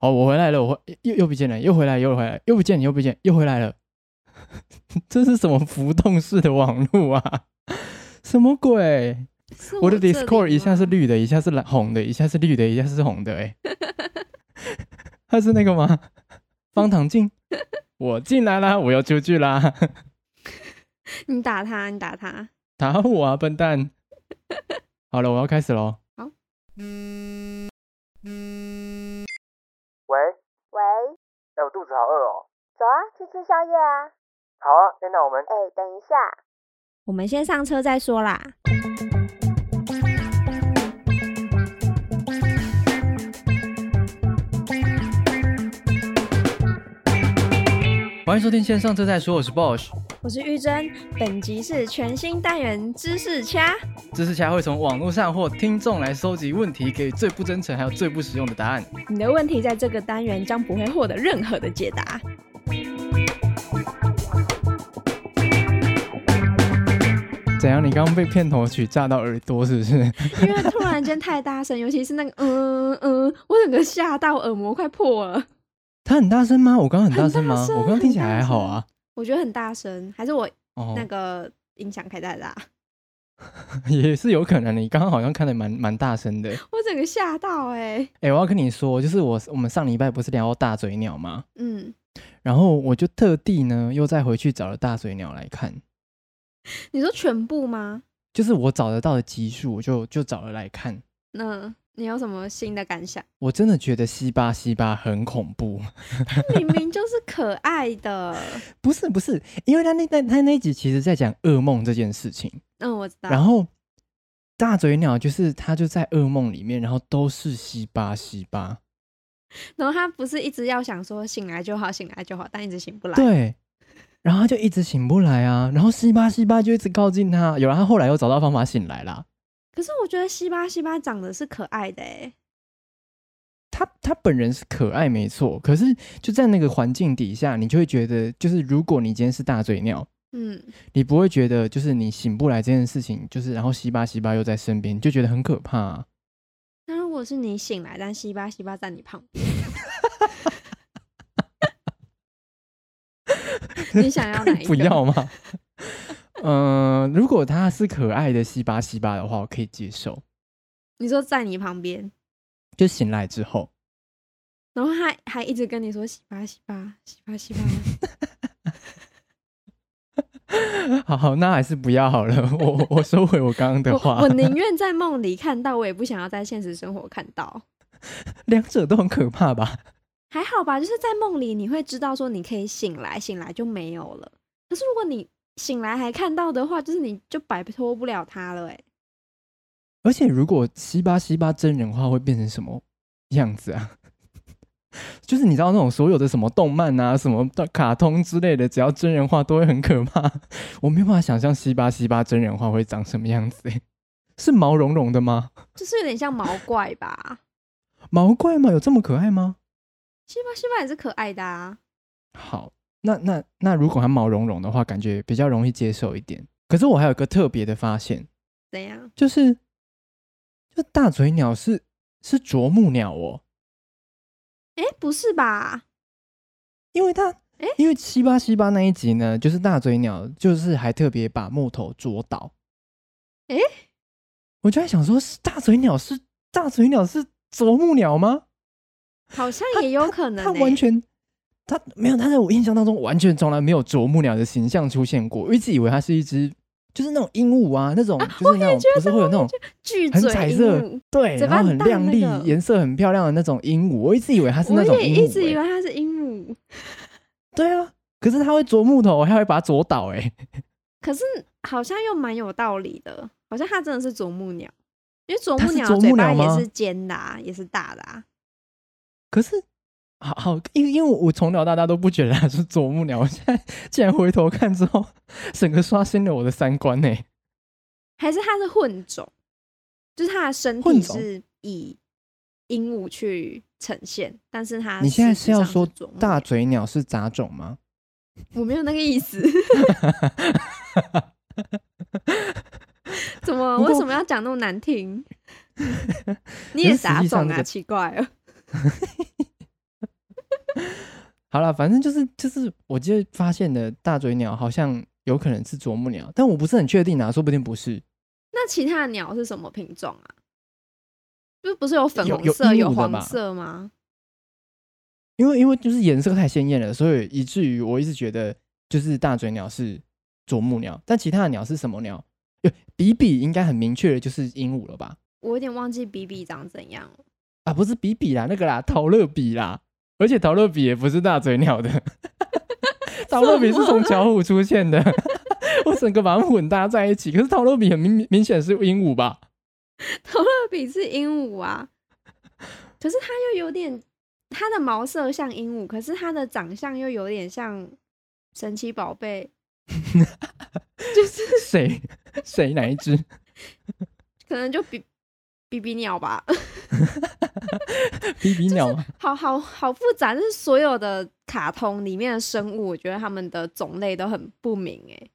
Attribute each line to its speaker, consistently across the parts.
Speaker 1: 哦，我回来了，我回又又不见了，又回来，又回来，又不见，又不见，又回来了。 这是什么浮动式的网络啊？什么鬼？
Speaker 2: 是
Speaker 1: 我的
Speaker 2: 这里
Speaker 1: Discord 一下是
Speaker 2: 吗
Speaker 1: 绿的，一下是蓝红的，一下是绿的，一下是红的、欸，哎， 它是那个吗？方糖 进，我进来啦，我要出去啦，
Speaker 2: 你打他，你打他，
Speaker 1: 打我啊，笨蛋！好了，我要开始喽。
Speaker 3: 喂，
Speaker 4: 喂，
Speaker 3: 哎、我肚子好饿哦。
Speaker 4: 走啊，去吃宵夜啊！
Speaker 3: 好啊，哎、那我们
Speaker 4: 哎、等一下，
Speaker 2: 我们先上车再说啦。
Speaker 1: 欢迎收听线上车载说，我是 Bosch，
Speaker 2: 我是玉珍，本集是全新单元知识掐。
Speaker 1: 知识家会从网络上或听众来收集问题，给予最不真诚还有最不实用的答案。
Speaker 2: 你的问题在这个单元将不会获得任何的解答。
Speaker 1: 怎样？你刚刚被片头曲炸到耳朵是不是？
Speaker 2: 因为突然间太大声，尤其是那个嗯嗯，我整个吓到耳膜快破了。
Speaker 1: 它很大声吗？我刚刚很大声吗？
Speaker 2: 很大声
Speaker 1: 我刚刚听起来还好啊。
Speaker 2: 我觉得很大声，还是我
Speaker 1: 哦，
Speaker 2: 那个音响开太大，
Speaker 1: 也是有可能。你刚刚好像看的蛮蛮大声 的。
Speaker 2: 我整个吓到哎、
Speaker 1: 哎、我要跟你说，就是我我们上礼拜不是聊到大嘴鸟吗？
Speaker 2: 嗯，
Speaker 1: 然后我就特地呢又再回去找了大嘴鸟来看，
Speaker 2: 你说全部吗？
Speaker 1: 就是我找得到的集数，我就就找了来看。
Speaker 2: 那你有什么新的感想？
Speaker 1: 我真的觉得西巴西巴很恐怖，
Speaker 2: 明明就是可爱的。
Speaker 1: 不是不是，因为他那那他那一集其实在讲噩梦这件事情，
Speaker 2: 嗯，我知 道。
Speaker 1: 然后大嘴鸟就是他就在噩梦里面，然后都是西巴西巴，
Speaker 2: 然后他不是一直要想说醒来就好，醒来就好，但一直醒不来。
Speaker 1: 对，然后他就一直醒不来啊，然后西巴西巴就一直靠近他，有啦，他后来又找到方法醒来啦。
Speaker 2: 可是我觉得西巴西巴长得是可爱的哎，
Speaker 1: 他他本人是可爱没错，可是就在那个环境底下，你就会觉得，就是如果你今天是大嘴鸟，
Speaker 2: 嗯，
Speaker 1: 你不会觉得就是你醒不来这件事情，就是然后西巴西巴又在身边，你就觉得很可怕、啊。
Speaker 2: 那如果是你醒来，但西巴西巴在你旁 边，你想要哪一个？
Speaker 1: 不要吗？嗯、如果他是可爱的西巴西巴的话，我可以接受。
Speaker 2: 你说在你旁边，
Speaker 1: 就醒来之后，
Speaker 2: 然后他还一直跟你说西巴西巴西巴西巴，
Speaker 1: 好好，那还是不要好了。我我我收回我刚刚的
Speaker 2: 我
Speaker 1: 话
Speaker 2: 我，宁愿在梦里看到，我也不想要在现实生活看到。
Speaker 1: 两者都很可怕吧？
Speaker 2: 还好吧，就是在梦里你会知道说你可以醒来，醒来就没有了。可是如果你醒来还看到的话，就是你就摆脱不了它了、欸。哎，
Speaker 1: 而且如果西巴西巴真人化会变成什么样子啊？ 就是你知道那种所有的什么动漫啊、什么的卡通之类的，只要真人化都会很可怕。我没有办法想象西巴西巴真人化会长什么样子、欸。是毛茸茸的吗？
Speaker 2: 就是有点像毛怪吧？
Speaker 1: 毛怪吗？有这么可爱吗？
Speaker 2: 西巴西巴也是可爱的啊。
Speaker 1: 好，那那那如果它毛茸茸的话，感觉比较容易接受一点。可是我还有一个特别的发现，
Speaker 2: 怎样？
Speaker 1: 就是就大嘴鸟是是啄木鸟哦，
Speaker 2: 哎、不是吧？
Speaker 1: 因为它
Speaker 2: 诶
Speaker 1: 因为七八七八那一集呢，就是大嘴鸟就是还特别把木头啄倒，
Speaker 2: 诶
Speaker 1: 我就在想说，是大嘴鸟是大嘴鸟是啄木鸟吗？
Speaker 2: 好像
Speaker 1: 它
Speaker 2: 也有可能、欸
Speaker 1: 它完全。它没有，它在我印象当中完全从来没有啄木鸟的形象出现过。我一直以为它是一只，就是那种鹦鹉啊，那种、就是那种不是会有那种
Speaker 2: 巨
Speaker 1: 很
Speaker 2: 嘴
Speaker 1: 彩
Speaker 2: 鹦
Speaker 1: 色
Speaker 2: 鹉，
Speaker 1: 对，
Speaker 2: 嘴
Speaker 1: 然
Speaker 2: 巴
Speaker 1: 后
Speaker 2: 很
Speaker 1: 很
Speaker 2: 大
Speaker 1: 亮
Speaker 2: 那
Speaker 1: 丽、
Speaker 2: 个
Speaker 1: 颜色很漂亮的那种鹦鹉，我一直以为它是
Speaker 2: 我
Speaker 1: 那种
Speaker 2: 也
Speaker 1: 鹦鹉、
Speaker 2: 一直以
Speaker 1: 欸
Speaker 2: 为它是鹦鹉。
Speaker 1: 对啊，可是它会啄木头，它会把它啄倒、欸，哎，
Speaker 2: 可是好像又蛮有道理的，好像它真的是啄木鸟，因为啄
Speaker 1: 它
Speaker 2: 木
Speaker 1: 是
Speaker 2: 鸟
Speaker 1: 啄
Speaker 2: 嘴
Speaker 1: 木
Speaker 2: 巴
Speaker 1: 鸟
Speaker 2: 也
Speaker 1: 吗
Speaker 2: 是尖的、啊，也是大的、啊。
Speaker 1: 可是。好好，因为因为我从小到大都不觉得它是啄木鸟，我现在竟然回头看之后，整个刷新了我的三观呢、欸
Speaker 2: 还是它是混种，就是它的身体
Speaker 1: 混种
Speaker 2: 是以鹦鹉去呈现，但是它
Speaker 1: 你现在
Speaker 2: 啊实
Speaker 1: 是
Speaker 2: 质
Speaker 1: 要
Speaker 2: 上是
Speaker 1: 说
Speaker 2: 啄木
Speaker 1: 大
Speaker 2: 鸟
Speaker 1: 嘴鸟是杂种吗？
Speaker 2: 我没有那个意思。 怎么？
Speaker 1: 不过
Speaker 2: 为什么要讲那么难 听？你
Speaker 1: 可
Speaker 2: 也
Speaker 1: 是实
Speaker 2: 杂
Speaker 1: 际上
Speaker 2: 种
Speaker 1: 那
Speaker 2: 啊，
Speaker 1: 个
Speaker 2: 奇怪了。
Speaker 1: 好了，反正就是就是，我记得发现的大嘴鸟好像有可能是啄木鸟，但我不是很确定啊，说不定不是。
Speaker 2: 那其他的鸟是什么品种啊？就不是有粉
Speaker 1: 有
Speaker 2: 红
Speaker 1: 有
Speaker 2: 色、
Speaker 1: 鹦
Speaker 2: 有
Speaker 1: 鹉的
Speaker 2: 黄
Speaker 1: 吧
Speaker 2: 色吗？
Speaker 1: 因为因为就是颜色太鲜艳了，所以以至于我一直觉得就是大嘴鸟是啄木鸟，但其他的鸟是什么鸟？呃比比应该很明确的就是鹦鹉了吧？
Speaker 2: 我有点忘记比比长怎样了。
Speaker 1: 啊，不是比比啦，那个啦，陶乐比啦，而且陶乐比也不是大嘴鸟的， 陶乐比是从巧虎出现的， 我整个把它们混搭在一起。可是陶乐比很明明显是鹦鹉吧？
Speaker 2: 陶乐比是鹦鹉啊，可是它又有点，它的毛色像鹦鹉，可是它的长相又有点像神奇宝贝，就是
Speaker 1: 谁谁哪一只？
Speaker 2: 可能就比比比鸟吧，
Speaker 1: 比比鸟吗？
Speaker 2: 好好好复杂，就是所有的卡通里面的生物，我觉得它们的种类都很不明哎、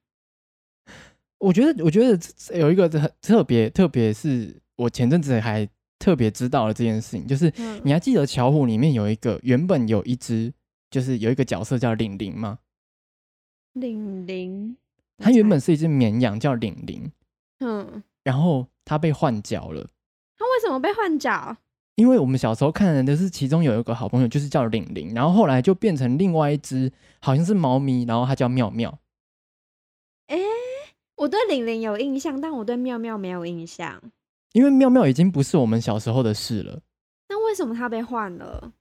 Speaker 1: 我觉得，我觉得这有一个很特别，特别是我前阵子还特别知道了这件事情，就是
Speaker 2: 嗯
Speaker 1: 你还记得巧虎里面有一个原本有一只，就是有一个角色叫玲玲吗？
Speaker 2: 领灵，
Speaker 1: 它原本是一只绵羊叫玲玲，
Speaker 2: 嗯，
Speaker 1: 然后它被换角了。
Speaker 2: 它为什么被换角？
Speaker 1: 因为我们小时候看的都是其中有一个好朋友就是叫玲玲，然后后来就变成另外一只好像是猫咪，然后它叫妙妙。
Speaker 2: 哎、我对领灵有印象，但我对妙妙没有印象。
Speaker 1: 因为妙妙已经不是我们小时候的事了。
Speaker 2: 那为什么它被换了？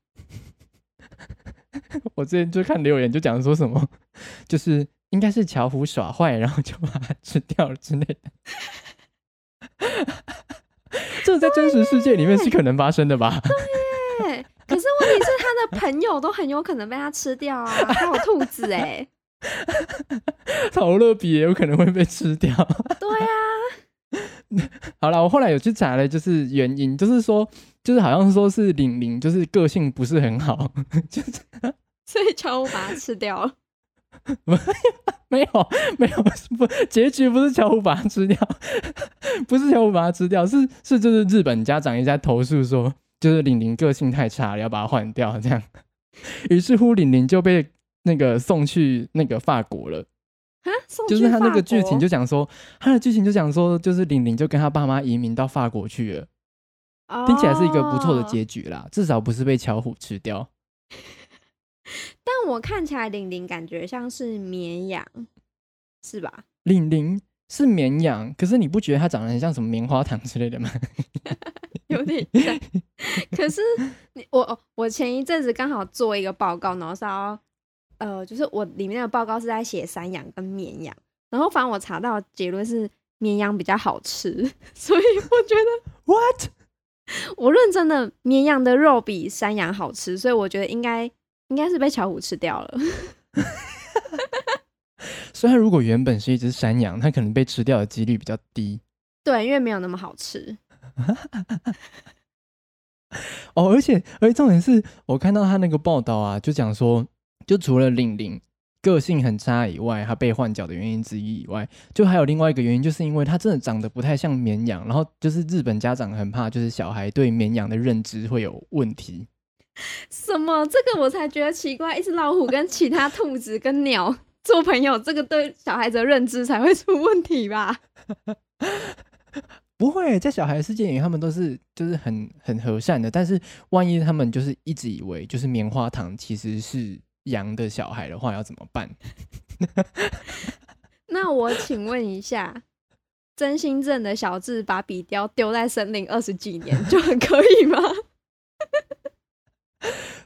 Speaker 1: 我之前就看留言就讲说什么， 就是应该是巧虎耍坏，然后就把它吃掉了之类的。 这在真实世界里面是可能发生的吧？
Speaker 2: 对，可是问题是他的朋友都很有可能被他吃掉啊，还有兔子哎、
Speaker 1: 陶乐比也有可能会被吃掉。
Speaker 2: 对啊，
Speaker 1: 好了，我后来有去查了，就是原因，就是说，就是好像说是玲玲，就是个性不是很好，就是
Speaker 2: 所以乔五把它吃掉了。
Speaker 1: 没有没有不结局不是巧虎把它吃掉， 不是巧虎把它吃掉，是是就是日本家长一直在投诉说，就是玲玲个性太差了，要把它换掉这样。 于是乎，玲玲就被那个送去那个法国了。
Speaker 2: 啊，送
Speaker 1: 就是
Speaker 2: 去
Speaker 1: 他那
Speaker 2: 法
Speaker 1: 个剧
Speaker 2: 国
Speaker 1: 情就讲说，他的剧情就讲说，就是玲玲就跟他爸妈移民到法国去了，听起来是一个不错的
Speaker 2: 哦
Speaker 1: 结局啦，至少不是被巧虎吃掉。
Speaker 2: 但我看起来玲玲感觉像是绵羊，是吧？
Speaker 1: 玲玲是绵羊，可是你不觉得它长得很像什么棉花糖之类的吗？
Speaker 2: 有点像。 可是你我哦我前一阵子刚好做一个报告，然后是要呃，就是我里面的报告是在写山羊跟绵羊，然后反正我查到的结论是绵羊比较好吃， 所以我觉得
Speaker 1: What？
Speaker 2: 我认真的，绵羊的肉比山羊好吃，所以我觉得应该应该是被巧虎吃掉了。
Speaker 1: 虽然如果原本是一只山羊，它可能被吃掉的几率比较低
Speaker 2: 对，因为没有那么好吃。
Speaker 1: 哦。而且，而且重点是我看到他那个报道啊，就讲说，就除了玲玲个性很差以外，他被换角的原因之一以外，就还有另外一个原因，就是因为他真的长得不太像绵羊，然后就是日本家长很怕，就是小孩对绵羊的认知会有问题。
Speaker 2: 什么？这个我才觉得奇怪，一只老虎跟其他兔子跟鸟做朋友，这个对小孩子的认知才会出问题吧？
Speaker 1: 不会，在小孩世界里，他们都是就是很很和善的。但是万一他们就是一直以为就是棉花糖其实是羊的小孩的话，要怎么办？
Speaker 2: 那我请问一下，真心镇的小智把笔雕丢在森林二十几年，就很可以吗？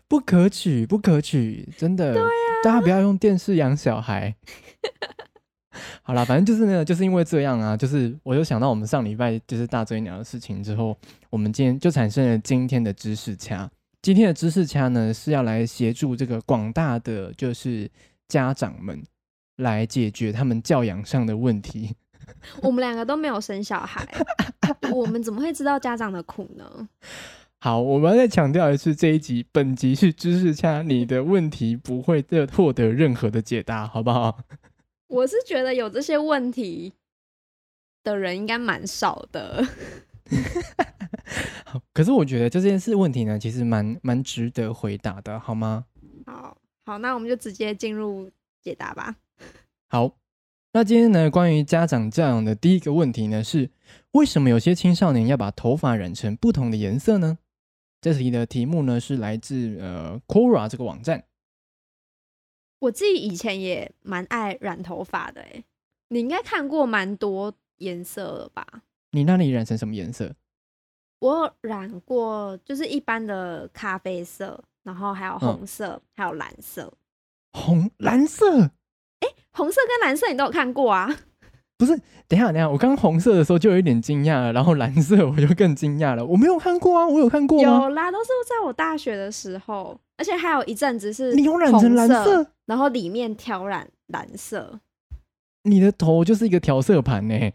Speaker 1: 不可取，不可取，真的。对大家不要用电视养小孩。 好啦，反正就是呢，就是因为这样啊，就是我就想到我们上礼拜就是大嘴鸟的事情之后，我们今天就产生了今天的知识掐。今天的知识掐呢，是要来协助这个广大的就是家长们来解决他们教养上的问题。
Speaker 2: 我们两个都没有生小孩，我们怎么会知道家长的苦呢？
Speaker 1: 好，我们要再强调一次，这一集本集是知识掐，你的问题不会得获得任何的解答，好不好？
Speaker 2: 我是觉得有这些问题的人应该蛮少的。
Speaker 1: 可是我觉得这件事问题呢，其实蛮蛮值得回答的，好吗？
Speaker 2: 好好，那我们就直接进入解答吧。
Speaker 1: 好，那今天呢，关于家长教养的第一个问题呢，是为什么有些青少年要把头发染成不同的颜色呢？这题的题目呢是来自呃 Quora 这个网站。
Speaker 2: 我自己以前也蛮爱染头发的、欸，你应该看过蛮多颜色了吧？
Speaker 1: 你那里染成什么颜色？
Speaker 2: 我有染过，就是一般的咖啡色，然后还有
Speaker 1: 嗯
Speaker 2: 红色，还有蓝色。
Speaker 1: 红、蓝色。
Speaker 2: 红色跟蓝色你都有看过啊？
Speaker 1: 等一下，等一下，我刚红色的时候就有一点惊讶了，然后蓝色我就更惊讶了。我没有看过啊，我有看过吗？
Speaker 2: 有啦，都是在我大学的时候，而且还有一阵子是
Speaker 1: 你有染成蓝
Speaker 2: 红色，
Speaker 1: 色，
Speaker 2: 然后里面挑染蓝色。
Speaker 1: 你的头就是一个调色盘呢、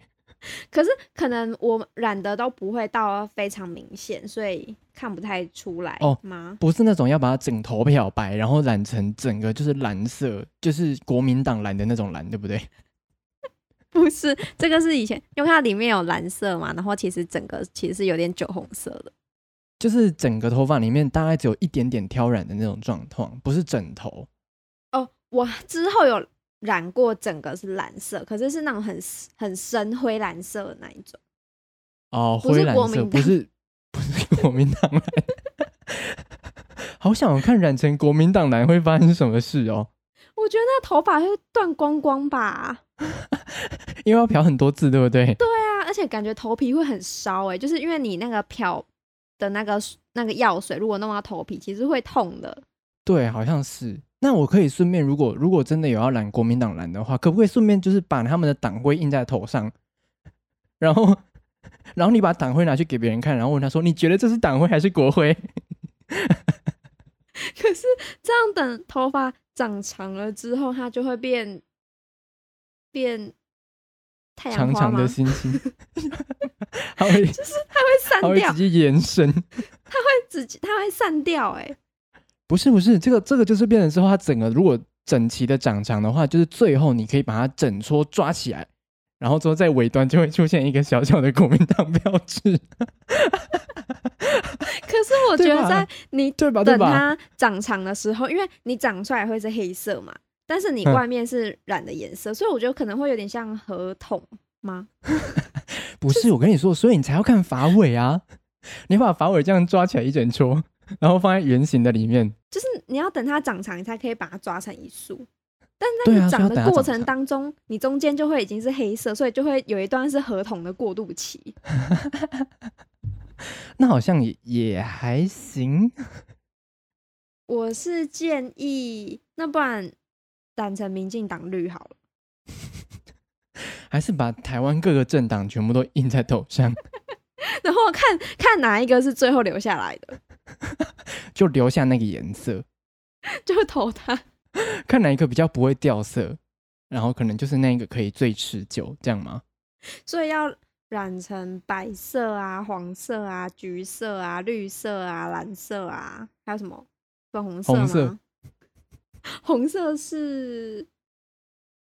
Speaker 2: 可是可能我染的都不会到非常明显，所以看不太出来
Speaker 1: 哦
Speaker 2: 吗？
Speaker 1: 不是那种要把整头漂白，然后染成整个就是蓝色，就是国民党蓝的那种蓝，对不对？
Speaker 2: 不是，这个是以前因为它里面有蓝色嘛，然后其实整个其实是有点酒红色的。
Speaker 1: 就是整个头发里面大概只有一点点挑染的那种状况，不是整头。
Speaker 2: 哦，我之后有染过整个是蓝色，可是是那种很很深灰蓝色的那一种。
Speaker 1: 哦，
Speaker 2: 不是
Speaker 1: 灰蓝
Speaker 2: 国
Speaker 1: 色
Speaker 2: 民党
Speaker 1: 不是不是 国民党蓝，好想看染成国民党蓝会发生什么事哦，
Speaker 2: 我觉得那头发会断光光吧？
Speaker 1: 因为要漂很多字，对不对？
Speaker 2: 对啊，而且感觉头皮会很烧哎、就是因为你那个漂的那个那个药水，如果弄到头皮，其实会痛的。
Speaker 1: 对，好像是。那我可以顺便，如果如果真的有要染国民党蓝的话，可不可以顺便就是把他们的党徽印在头上， 然后然后你把党徽拿去给别人看，然后问他说，你觉得这是党徽还是国徽？
Speaker 2: 可是这样等头发长长了之后，它就会变变太阳
Speaker 1: 长
Speaker 2: 花
Speaker 1: 长
Speaker 2: 吗
Speaker 1: 的星星， 它 会
Speaker 2: 它
Speaker 1: 它
Speaker 2: 会散
Speaker 1: 会
Speaker 2: 掉
Speaker 1: 直，接延伸。
Speaker 2: 直接它会散掉哎、
Speaker 1: 不是不是，这个这个就是变成之后，它整个如果整齐的长长的话，就是最后你可以把它整撮抓起来，然后之后在尾端就会出现一个小小的国民党 标志，
Speaker 2: 可是我觉
Speaker 1: 对
Speaker 2: 得
Speaker 1: 吧
Speaker 2: 在你
Speaker 1: 对吧？对
Speaker 2: 等
Speaker 1: 吧？
Speaker 2: 它长长的时候，因为你长出来会是黑色嘛，但是你
Speaker 1: 嗯
Speaker 2: 外面是染的颜色，所以我觉得可能会有点像合同吗？
Speaker 1: 不是，我跟你说，所以你才要看发尾啊！ 你把发尾这样抓起来一整撮， 然后放在圆形的里面，
Speaker 2: 就是你要等它长长，你才可以把它抓成一束。但在
Speaker 1: 对啊
Speaker 2: 你
Speaker 1: 所
Speaker 2: 长
Speaker 1: 以要等它
Speaker 2: 的过
Speaker 1: 长
Speaker 2: 程
Speaker 1: 长
Speaker 2: 当中，你中间就会已经是黑色，所以就会有一段是合同的过渡期。
Speaker 1: 那好像也也还行。
Speaker 2: 我是建议，那不然染成民进党绿好了。
Speaker 1: 还是把台湾各个政党全部都印在头上，
Speaker 2: 然后看看哪一个是最后留下来的，
Speaker 1: 就留下那个颜色，
Speaker 2: 就投他。
Speaker 1: 看哪一个比较不会掉色，然后可能就是那一个可以最持久，这样吗？
Speaker 2: 所以要染成白色啊、黄色啊、橘色啊、绿色啊、蓝色啊，还有什么粉红色吗？
Speaker 1: 红色
Speaker 2: 红色是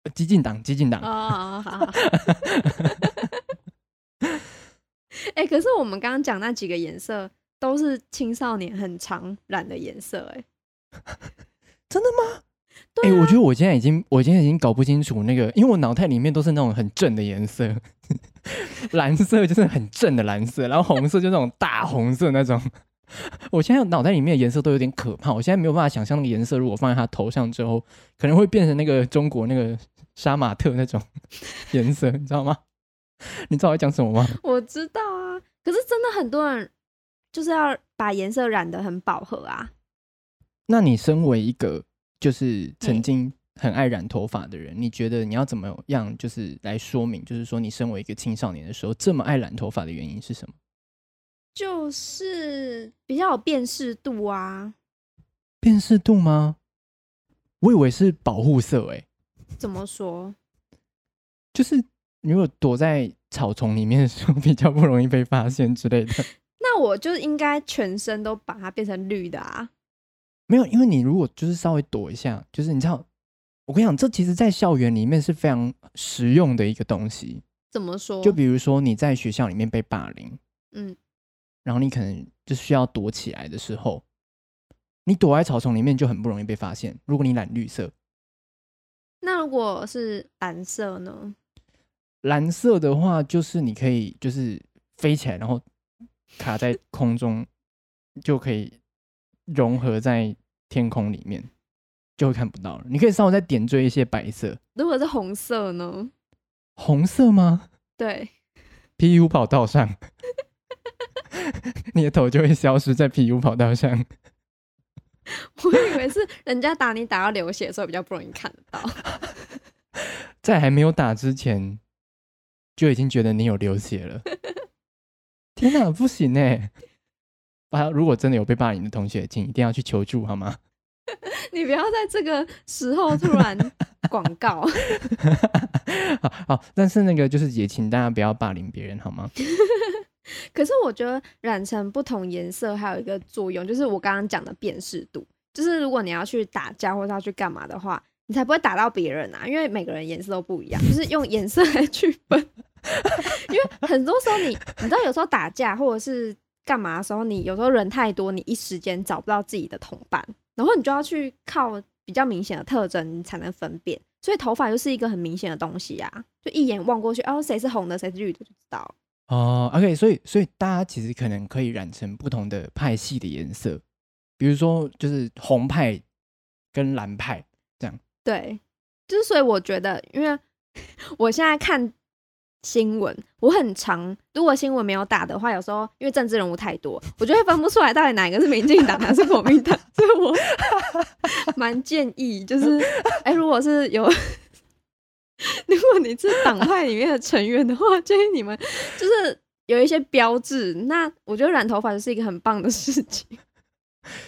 Speaker 1: 呃激进党，激进党，
Speaker 2: 哦，好好 好。哎、可是我们刚刚讲那几个颜色都是青少年很常染的颜色、哎，
Speaker 1: 真的吗？哎、
Speaker 2: 对啊，
Speaker 1: 我觉得我现在已经，我现在已经搞不清楚那个，因为我脑袋里面都是那种很正的颜色， 蓝色就是很正的蓝色，然后红色就那种大红色那种。我现在脑袋里面的颜色都有点可怕，我现在没有办法想象那个颜色，如果放在他头上之后，可能会变成那个中国那个杀马特那种 颜色，你知道吗？ 你知道我在讲什么吗？
Speaker 2: 我知道啊。可是真的很多人就是要把颜色染得很饱和啊。
Speaker 1: 那你身为一个就是曾经很爱染头发的人，你觉得你要怎么样就是来说明，就是说你身为一个青少年的时候这么爱染头发的原因是什么？
Speaker 2: 就是比较有辨识度啊，
Speaker 1: 辨识度吗？我以为是保护色、欸，
Speaker 2: 怎么说？
Speaker 1: 就是你如果躲在草丛里面的时候，比较不容易被发现之类的。
Speaker 2: 那我就应该全身都把它变成绿的啊！
Speaker 1: 没有，因为你如果就是稍微躲一下，就是你知道，我跟你讲，这其实在校园里面是非常实用的一个东西。
Speaker 2: 怎么说？
Speaker 1: 就比如说你在学校里面被霸凌，
Speaker 2: 嗯，
Speaker 1: 然后你可能就需要躲起来的时候，你躲在草丛里面就很不容易被发现。如果你染绿色，
Speaker 2: 那如果是蓝色呢？
Speaker 1: 蓝色的话就是你可以就是飞起来，然后卡在空中，就可以融合在天空里面，就会看不到了。你可以稍微再点缀一些白色、
Speaker 2: 如果是红色呢？
Speaker 1: 红色吗
Speaker 2: 对，
Speaker 1: ？PU 跑道上， 你的头就会消失在 PU 跑道上。
Speaker 2: 我以为是人家打你打到流血，所以比较不容易看得到。
Speaker 1: 在还没有打之前，就已经觉得你有流血了。天哪，不行哎、啊，如果真的有被霸凌的同学，请一定要去求助好吗？
Speaker 2: 你不要在这个时候突然广告，
Speaker 1: 好好，但是那个就是也请大家不要霸凌别人好吗？
Speaker 2: 可是我觉得染成不同颜色还有一个作用，就是我刚刚讲的辨识度，就是如果你要去打架或者要去干嘛的话，你才不会打到别人啊，因为每个人颜色都不一样，就是用颜色来区分。 因为很多时候你，你知道有时候打架或者是干嘛的时候，你有时候人太多，你一时间找不到自己的同伴，然后你就要去靠比较明显的特征你才能分辨。所以头发就是一个很明显的东西啊，就一眼望过去，哦，谁是红的，谁是绿的就知道了。
Speaker 1: 哦，OK，所以所以大家其实可能可以染成不同的派系的颜色，比如说就是红派跟蓝派，
Speaker 2: 对，就是所以我觉得，因为 我现在看新闻，我很常如果新闻没有打的话，有时候因为政治人物太多，我就会分不出来到底哪一个是民进党，哪是国民党， 所以我蛮建议，就是哎、如果是有。 如果你是党派里面的成员的话，建议你们就是有一些标志。那我觉得染头发就是一个很棒的事情。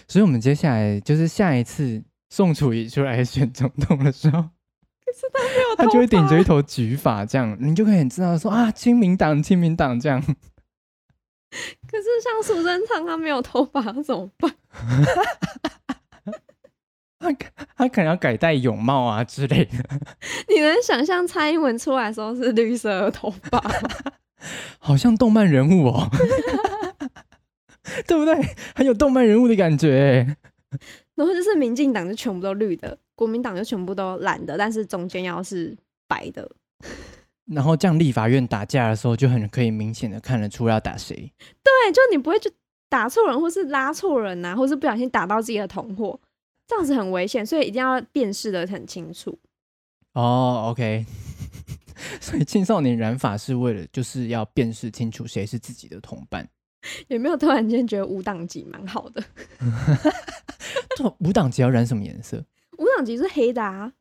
Speaker 1: 所以我们接下来就是下一次宋楚瑜出来选总统的时候，他就会顶着一头橘发这样，你就可以很知道说啊，亲民党，亲民党这样。
Speaker 2: 可是像苏贞昌他没有头发怎么办？
Speaker 1: 他他可能要改戴泳帽啊之类的。
Speaker 2: 你能想象蔡英文出来的时候是绿色的头发吗？
Speaker 1: 好像动漫人物哦，对不对？很有动漫人物的感觉欸。
Speaker 2: 然后就是民进党就全部都绿的，国民党就全部都蓝的，但是中间要是白的。
Speaker 1: 然后这样立法院打架的时候，就很可以明显的看得出要打谁。
Speaker 2: 对，就你不会去打错人，或是拉错人啊呐、或是不小心打到自己的同伙，这样子很危险，所以一定要辨识的很清楚。
Speaker 1: 哦，OK。所以青少年染发是为了就是要辨识清楚谁是自己的同伴。
Speaker 2: 有没有突然间觉得无党籍蛮好的？
Speaker 1: 这种无党籍要染什么颜色？
Speaker 2: 无党籍是黑的啊，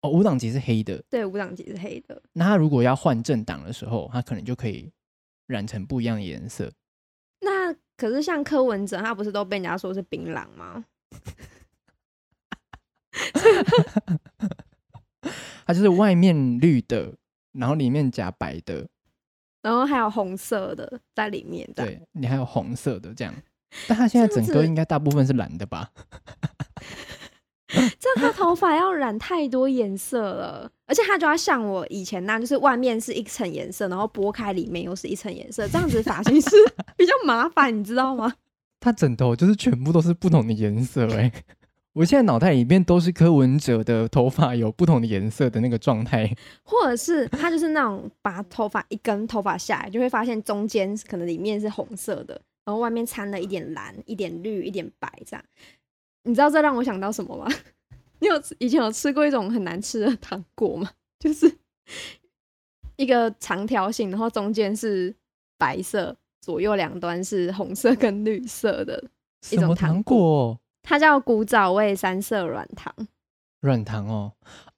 Speaker 1: 哦，无党籍是黑的。
Speaker 2: 对，无党籍是黑的。
Speaker 1: 那他如果要换政党的时候，他可能就可以染成不一样的颜色。
Speaker 2: 那可是像柯文哲，他不是都被人家说是槟榔吗？
Speaker 1: 它就是外面绿的，然后里面夹白的，
Speaker 2: 然后还有红色的在里面的。
Speaker 1: 对你还有红色的这样。但它现在
Speaker 2: 这样
Speaker 1: 整个
Speaker 2: 子
Speaker 1: 应该大部分是蓝的吧？
Speaker 2: 这样他头发要染太多颜色了，而且他就要像我以前那样，就是外面是一层颜色，然后拨开里面又是一层颜色，这样子发型师 比较麻烦，你知道吗？
Speaker 1: 它枕头就是全部都是不同的颜色哎、 我现在脑袋里面都是柯文哲的头发有不同的颜色的那个状态，
Speaker 2: 或者是他就是那种把头发一根头发下来，就会发现中间可能里面是红色的，然后外面掺了一点蓝、一点绿、一点白这样。你知道这让我想到什么吗？ 你有以前有吃过一种很难吃的糖果吗？就是一个长条形，然后中间是白色，左右两端是红色跟绿色的，一
Speaker 1: 什
Speaker 2: 种
Speaker 1: 么
Speaker 2: 糖
Speaker 1: 糖果？
Speaker 2: 它叫古早味三色软糖。
Speaker 1: 软糖哦，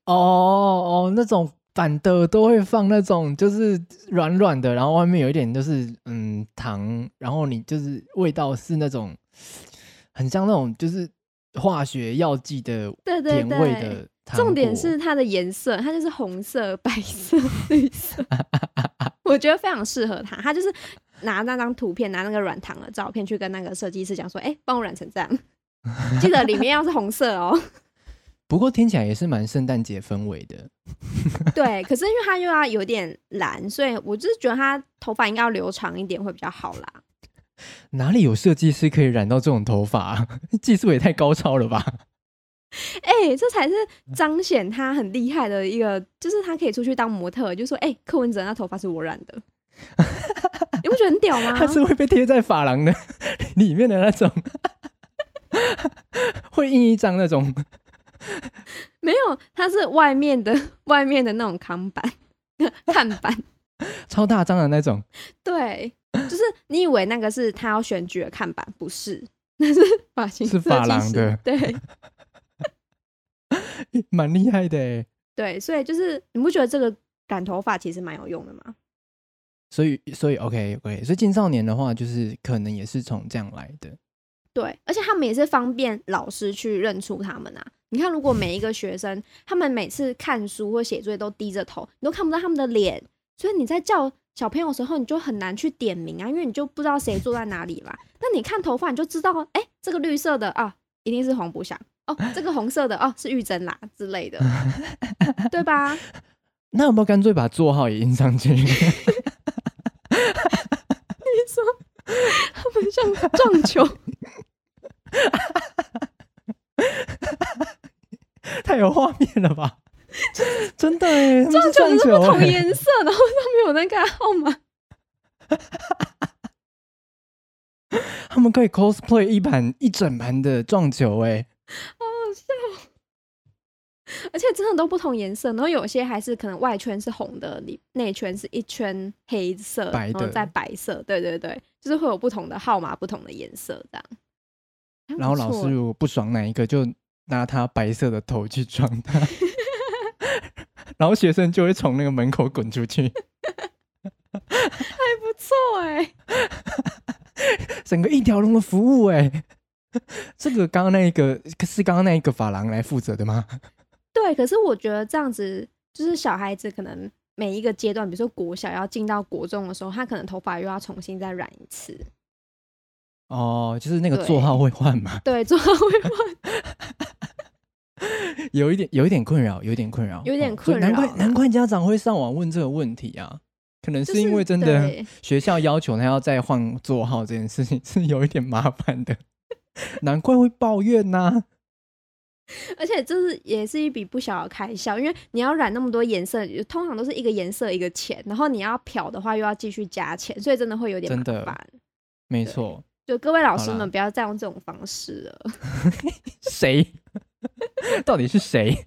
Speaker 1: 哦哦，那种板的都会放那种就是软软的，然后外面有一点就是嗯糖，然后你就是味道是那种很像那种就是化学药剂的
Speaker 2: 对对
Speaker 1: 甜
Speaker 2: 对，
Speaker 1: 味的糖
Speaker 2: 重点
Speaker 1: 果
Speaker 2: 是它的颜色，它就是红色、白色、 绿色，我觉得非常适合他。他就是拿那张图片，拿那个软糖的照片去跟那个设计师讲说：“哎、帮我染成这样，记得里面要是红色哦。
Speaker 1: 不过听起来也是蛮圣诞节氛围的。”
Speaker 2: 对，可是因为他又要有点蓝，所以我就是觉得他头发应该要留长一点会比较好啦。
Speaker 1: 哪里有设计师可以染到这种头发、啊？ 技术也太高超了吧！
Speaker 2: 哎、这才是彰显他很厉害的一个，就是他可以出去当模特，就说哎、柯文哲那头发是我染的， 你不觉得很屌吗？
Speaker 1: 它是会被贴在发廊的里面的那种，会印一张那种。
Speaker 2: 没有，它是外面的 外面的那种扛板 看板，
Speaker 1: 超大张的那种，
Speaker 2: 对，就是你以为那个是他要选举的看板，不是， 那是发型
Speaker 1: 是
Speaker 2: 设
Speaker 1: 发
Speaker 2: 计
Speaker 1: 廊
Speaker 2: 师
Speaker 1: 的
Speaker 2: 对
Speaker 1: 蛮厉害的欸
Speaker 2: 对，所以就是你不觉得这个染头发其实蛮有用的吗？
Speaker 1: 所以，所以 OK OK，所以青少年的话，就是可能也是从这样来的。
Speaker 2: 对，而且他们也是方便老师去认出他们啊。你看，如果每一个学生，他们每次看书或写作业都低着头，你都看不到他们的脸，所以你在叫小朋友的时候，你就很难去点名啊，因为你就不知道谁坐在哪里啦。那你看头发，你就知道，哎、这个绿色的啊，一定是黄不祥哦，这个红色的哦是玉珍啦之类 的，对吧？
Speaker 1: 那有没有干脆把座号也印上去？
Speaker 2: 他们像撞球，
Speaker 1: 太有画面了吧！ 真的哎，他们是 撞
Speaker 2: 撞球是不
Speaker 1: 球
Speaker 2: 同
Speaker 1: 欸，
Speaker 2: 颜色，然后上面有那个号码。
Speaker 1: 他们可以 cosplay 一盘一整盘的撞球哎，
Speaker 2: 而且真的都不同颜色，然后有些还是可能外圈是红的，里内圈是一圈黑色，
Speaker 1: 白
Speaker 2: 然后
Speaker 1: 的
Speaker 2: 再白色，对对对，就是会有不同的号码、不同的颜色这样。还
Speaker 1: 然后
Speaker 2: 嗯不
Speaker 1: 老
Speaker 2: 错
Speaker 1: 师如果不爽哪一个，就拿他白色的头去撞他， 然后学生就会从那个门口滚出去，
Speaker 2: 还不错哎、
Speaker 1: 整个一条龙的服务哎、 这个刚刚那一个是刚刚那一个发廊来负责的吗？
Speaker 2: 对，可是我觉得这样子，就是小孩子可能每一个阶段，比如说国小要进到国中的时候，他可能头发又要重新再染一次，
Speaker 1: 哦，就是那个
Speaker 2: 对
Speaker 1: 座号会换嘛，
Speaker 2: 对，之后会换。
Speaker 1: 有一点有一点困扰，有一点困扰，
Speaker 2: 有一点
Speaker 1: 哦所以
Speaker 2: 困扰
Speaker 1: 难怪难怪家长会上网问这个问题啊，可能
Speaker 2: 就是
Speaker 1: 因为真的
Speaker 2: 对
Speaker 1: 学校要求他要再换座号这件事情是有一点麻烦的，难怪会抱怨呐、
Speaker 2: 而且这是也是一笔不小的开销，因为你要染那么多颜色，通常都是一个颜色一个钱，然后你要漂的话又要继续加钱，所以真的会有点麻
Speaker 1: 真的
Speaker 2: 烦。
Speaker 1: 没错。
Speaker 2: 就各位老师
Speaker 1: 好啦
Speaker 2: 们不要再用这种方式了。
Speaker 1: 谁？ 到底是谁？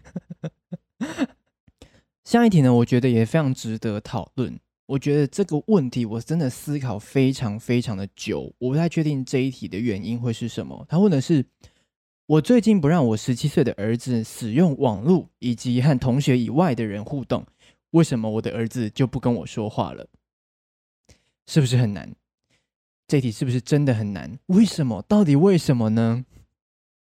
Speaker 1: 下一题呢？我觉得也非常值得讨论。我觉得这个问题我真的思考非常非常的久，我不太确定这一题的原因会是什么。他问的是：我最近不让我十七岁的儿子使用网络以及和同学以外的人互动，为什么我的儿子就不跟我说话了？是不是很难？这题是不是真的很难？为什么？到底为什么呢？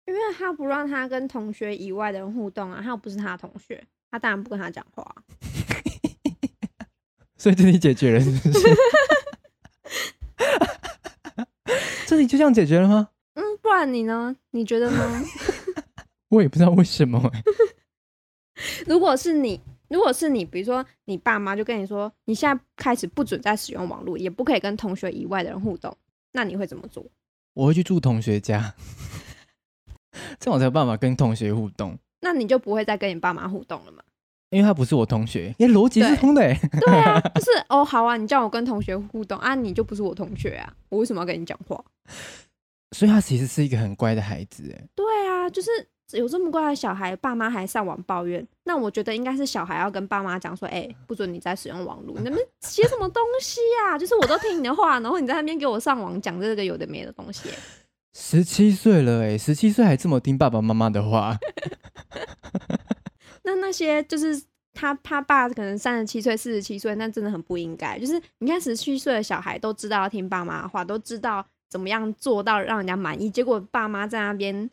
Speaker 2: 因为他不让他跟同学以外的人互动啊，他又不是他的同学，他当然不跟他讲话啊。
Speaker 1: 所以这题解决了，是不是？这题就这样解决了吗？
Speaker 2: 嗯，不然你呢？你觉得呢？
Speaker 1: 我也不知道为什么、欸。
Speaker 2: 如果是你，如果是你，比如说你爸妈就跟你说，你现在开始不准再使用网络，也不可以跟同学以外的人互动，那你会怎么做？
Speaker 1: 我会去住同学家， 这样我才有办法跟同学互动，
Speaker 2: 那你就不会再跟你爸妈互动了嘛？
Speaker 1: 因为他不是我同学，因为逻辑是通的、欸。
Speaker 2: 对啊， 就是哦，好啊，你叫我跟同学互动啊，你就不是我同学啊，我为什么要跟你讲话？
Speaker 1: 所以他其实是一个很乖的孩子、欸。
Speaker 2: 对啊，就是有这么乖的小孩，爸妈还上网抱怨，那我觉得应该是小孩要跟爸妈讲说，哎、不准你再使用网络，你那边写什么东西啊？就是我都听你的话，然后你在那边给我上网讲这个有的没的东西、欸
Speaker 1: 十七岁了、欸，哎，十七岁还这么听爸爸妈妈的话，
Speaker 2: 那那些就是他他爸可能三十七岁、四十七岁，那真的很不应该。就是你看十七岁的小孩都知道要听爸妈的话，都知道怎么样做到让人家满意，结果爸妈在那边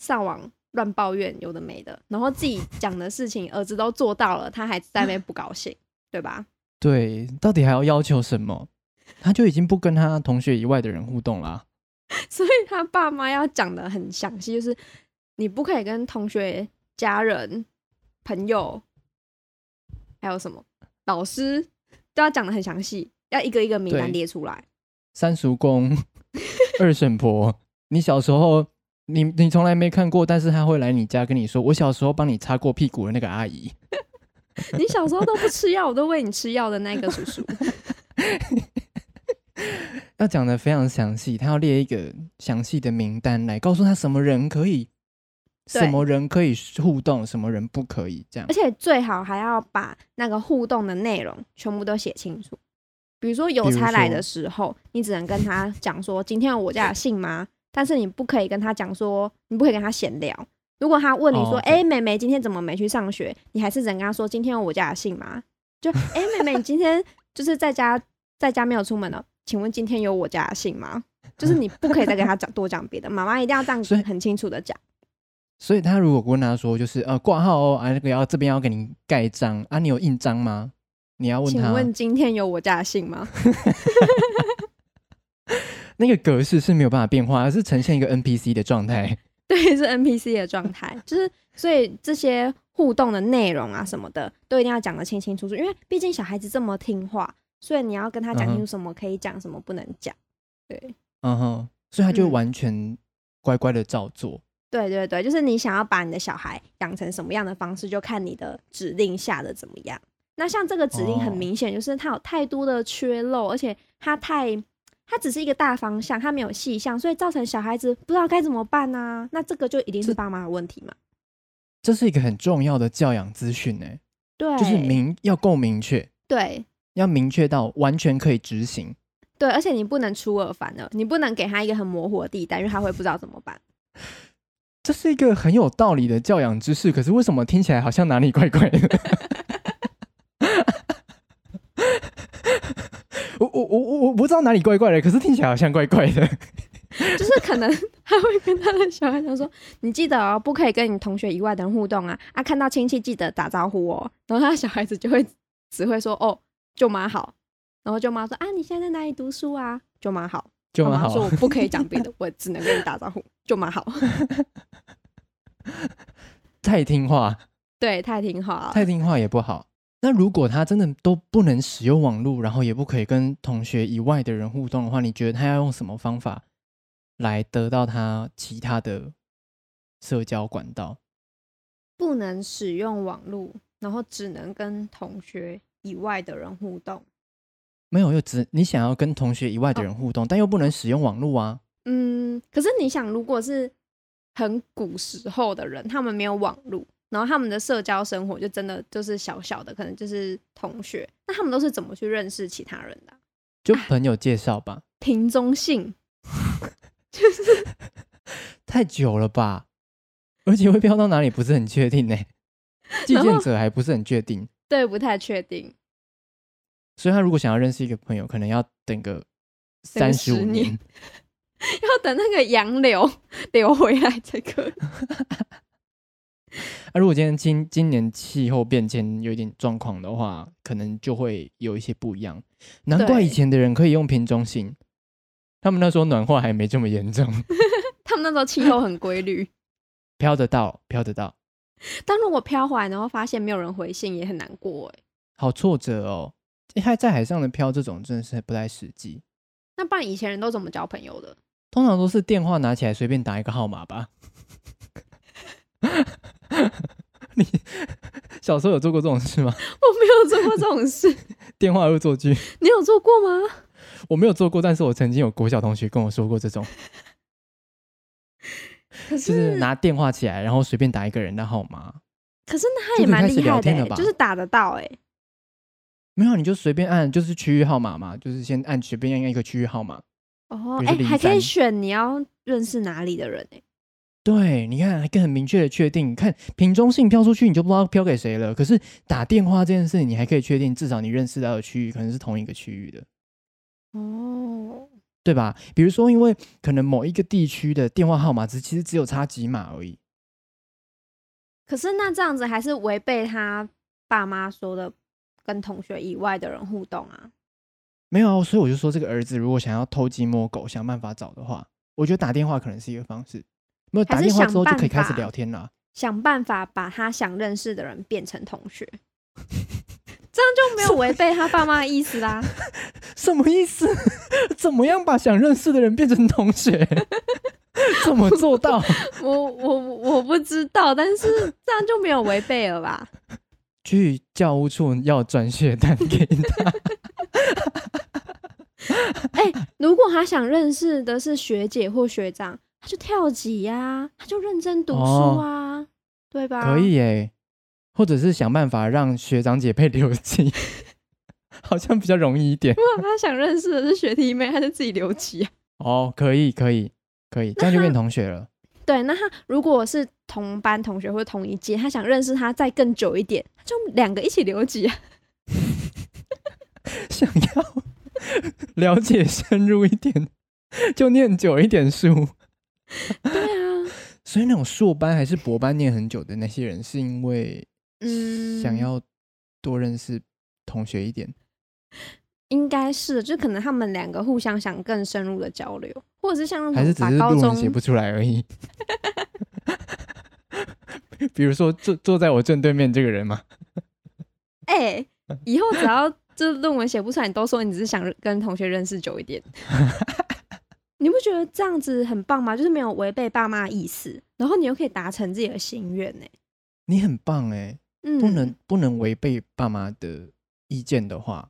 Speaker 2: 上网乱抱怨，有的没的，然后自己讲的事情儿子都做到了，他还在那边不高兴，对吧？
Speaker 1: 对，到底还要要求什么？他就已经不跟他同学以外的人互动啦。
Speaker 2: 所以他爸妈要讲的很详细，就是你不可以跟同学、家人、朋友，还有什么老师，都要讲的很详细，要一个一个名单
Speaker 1: 对
Speaker 2: 列出来。
Speaker 1: 三叔公、 二婶婆，你小时候你你从来没看过，但是她会来你家跟你说，我小时候帮你擦过屁股的那个阿姨，
Speaker 2: 你小时候都不吃药，我都喂你吃药的那个叔叔。
Speaker 1: 要讲的非常详细，她要列一个详细的名单来告诉她什么人可以，
Speaker 2: 对
Speaker 1: 什么人可以互动，什么人不可以，这样
Speaker 2: 而。且最好还要把那个互动的内容全部都写清楚。比如说邮
Speaker 1: 比如
Speaker 2: 差来
Speaker 1: 说
Speaker 2: 的时候，你只能跟他讲说今天有我家的信吗？但是你不可以跟他讲说，你不可以跟他闲聊。如果他问你说
Speaker 1: 哦：“
Speaker 2: 哎、
Speaker 1: 对
Speaker 2: 妹妹今天怎么没去上学？”你还是只能跟他说：“今天有我家的信吗？”就哎、妹妹，你今天就是在家，在家没有出门了，请问今天有我家的信吗？就是你不可以再跟 他讲多讲别的，妈妈一定要这样
Speaker 1: 所以
Speaker 2: 很清楚的讲。
Speaker 1: 所以她如果跟她说，就是呃挂号哦，啊那个要这边要给您盖章啊，你有印章吗？你要问
Speaker 2: 请
Speaker 1: 她，
Speaker 2: 问今天有我家的信吗？
Speaker 1: 那个格式是没有办法变化，是呈现一个 NPC 的状态。
Speaker 2: 对，是 NPC 的状态，就是所以这些互动的内容啊什么的，都一定要讲得清清楚楚，因为毕竟小孩子这么听话，所以你要跟他
Speaker 1: 嗯
Speaker 2: 讲
Speaker 1: 哼
Speaker 2: 清楚什么可以讲，什么不能讲。对，
Speaker 1: 嗯哼，所以她就
Speaker 2: 嗯
Speaker 1: 完全乖乖的照做。
Speaker 2: 对对对，就是你想要把你的小孩养成什么样的方式，就看你的指令下的怎么样。那像这个指令很
Speaker 1: 哦
Speaker 2: 明显，就是它有太多的缺漏，而且它太，它只是一个大方向，它没有细项，所以造成小孩子不知道该怎么办啊。那这个就一定是
Speaker 1: 这
Speaker 2: 爸妈的问题嘛？
Speaker 1: 这是一个很重要的教养资讯呢、
Speaker 2: 对，
Speaker 1: 就是明要够明确，
Speaker 2: 对，
Speaker 1: 要明确到完全可以执行。
Speaker 2: 对，而且你不能出尔反尔，你不能给他一个很模糊的地带，因为他会不知道怎么办。
Speaker 1: 这是一个很有道理的教养知识，可是为什么听起来好像哪里怪怪的？ 我我我我我不知道哪里怪怪的，可是听起来好像怪怪的。
Speaker 2: 就是可能 他会跟他的小孩讲说：“你记得哦，不可以跟你同学以外的人互动啊啊，看到亲戚记得打招呼哦。”然后他的小孩子就会只会说：“哦，舅妈好。”然后舅妈说：“啊，你现在在哪里读书啊？”舅妈好，
Speaker 1: 就蛮
Speaker 2: 妈说：“
Speaker 1: 好啊
Speaker 2: 我，不可以讲别的，我只能跟你打招呼。”舅妈好，
Speaker 1: 太听话，
Speaker 2: 对，太听话了。
Speaker 1: 太听话也不好。那如果他真的都不能使用网络，然后也不可以跟同学以外的人互动的话，你觉得他要用什么方法来得到他其他的社交管道？
Speaker 2: 不能使用网络，然后只能跟同学以外的人互动。
Speaker 1: 没有，又只你想要跟同学以外的人互动，但又不能使用网络 啊。
Speaker 2: 嗯，可是你想，如果是很古时候的人，他们没有网络，然后他们的社交生活就真的就是小小的，可能就是同学，那他们都是怎么去认识其他人的啊、
Speaker 1: 就朋友介绍吧，
Speaker 2: 瓶中信，
Speaker 1: 太久了吧，而且会飘到哪里不是很确 定呢、寄
Speaker 2: 然后
Speaker 1: 件者还不是很确定，
Speaker 2: 对，不太确定。
Speaker 1: 所以他如果想要认识一个朋友，可能要等个
Speaker 2: 等
Speaker 1: 三十五
Speaker 2: 10
Speaker 1: 年
Speaker 2: 年。要等那个洋流 流回来才可以。
Speaker 1: 那、如果今天今今年气候变迁有一点状况的话，可能就会有一些不一样。难怪
Speaker 2: 对
Speaker 1: 以前的人可以用瓶中信，他们那时候暖化还没这么严重，
Speaker 2: 他们那时候气候很规律，
Speaker 1: 飘得到，飘得到，
Speaker 2: 但如果飘回来，然后发现没有人回信，也很难过哎。
Speaker 1: 好挫折哦。还在海上的飘这种真的是不太实际，
Speaker 2: 那不然以前人都怎么交朋友的？
Speaker 1: 通常都是电话拿起来随便打一个号码吧。 你小时候有做过这种事吗？
Speaker 2: 我没有做过这种事，
Speaker 1: 电话恶作剧，
Speaker 2: 你有做过吗？
Speaker 1: 我没有做过，但是我曾经有国小同学跟我说过这种。
Speaker 2: 可
Speaker 1: 就是是拿电话起来，然后随便打一个人的号码，
Speaker 2: 可是那他
Speaker 1: 就
Speaker 2: 也
Speaker 1: 可以
Speaker 2: 蛮
Speaker 1: 开始
Speaker 2: 厉
Speaker 1: 聊
Speaker 2: 害的、
Speaker 1: 天了
Speaker 2: 欸，
Speaker 1: 吧
Speaker 2: 就是打得到哎、
Speaker 1: 没有你就随便按，就是区域号码嘛，就是先按随便按一个区域号码。
Speaker 2: 哦
Speaker 1: 比，如
Speaker 2: 哎、
Speaker 1: 说
Speaker 2: 还可以
Speaker 1: 03
Speaker 2: 选你要认识哪里的人哎、
Speaker 1: 对，你看，还更很明确的确定，看瓶中信飘出去，你就不知道飘给谁了。可是打电话这件事，你还可以确定，至少你认识到的区域可能是同一个区域的，
Speaker 2: 哦，
Speaker 1: 对吧？比如说，因为可能某一个地区的电话号码只其实只有差几码而已，
Speaker 2: 可是那这样子还是违背他爸妈说的跟同学以外的人互动啊。
Speaker 1: 没有啊。所以我就说，这个儿子如果想要偷鸡摸狗，想办法找的话，我觉得打电话可能是一个方式。没有
Speaker 2: 还
Speaker 1: 打
Speaker 2: 是
Speaker 1: 电话
Speaker 2: 想
Speaker 1: 之后就
Speaker 2: 办
Speaker 1: 可以开始
Speaker 2: 法
Speaker 1: 聊天了。
Speaker 2: 想办法把他想认识的人变成同学，这这样就没有违背他爸妈的意思啦。
Speaker 1: 什么意思？ 怎么样把想认识的人变成同学？ 怎么做到？
Speaker 2: 我我我不知道，但是这样就没有违背了吧？
Speaker 1: 去教务处要转学单给 他。
Speaker 2: 如果他想认识的是学姐或学长，他就跳级呀、他就认真读书啊，对吧？
Speaker 1: 哦可以诶、或者是想办法让学长姐被留级， 好像比较容易一 点。
Speaker 2: 如果他想认识的是学弟妹，他就自己留级、啊。
Speaker 1: 哦，可以，可以，可以，这样就变同学了。
Speaker 2: 对，那他如果是同班同学或同一届，他想认识他再更久一点，他就两个一起留级、啊。
Speaker 1: 想要 了解深入一点，就念久一点书。
Speaker 2: 对啊，
Speaker 1: 所以那种硕班还是博班念很久的那些人，是因为
Speaker 2: 嗯，
Speaker 1: 想要多认识同学一点。
Speaker 2: 应该是，就可能他们两个互相想更深入的交流，或者是像那
Speaker 1: 还是
Speaker 2: 种
Speaker 1: 只
Speaker 2: 把
Speaker 1: 是
Speaker 2: 高
Speaker 1: 论文
Speaker 2: 中
Speaker 1: 写不出来而已。 比如说坐坐在我正对面这个人嘛，
Speaker 2: 哎、以后只要这论文写不出来，你都说你只是想跟同学认识久 一点。你不觉得这样子很棒吗？就是没有违背爸妈的意思，然后你又可以达成自己的心愿呢、
Speaker 1: 你很棒哎、
Speaker 2: 嗯，
Speaker 1: 不能不能违背爸妈的意见的话，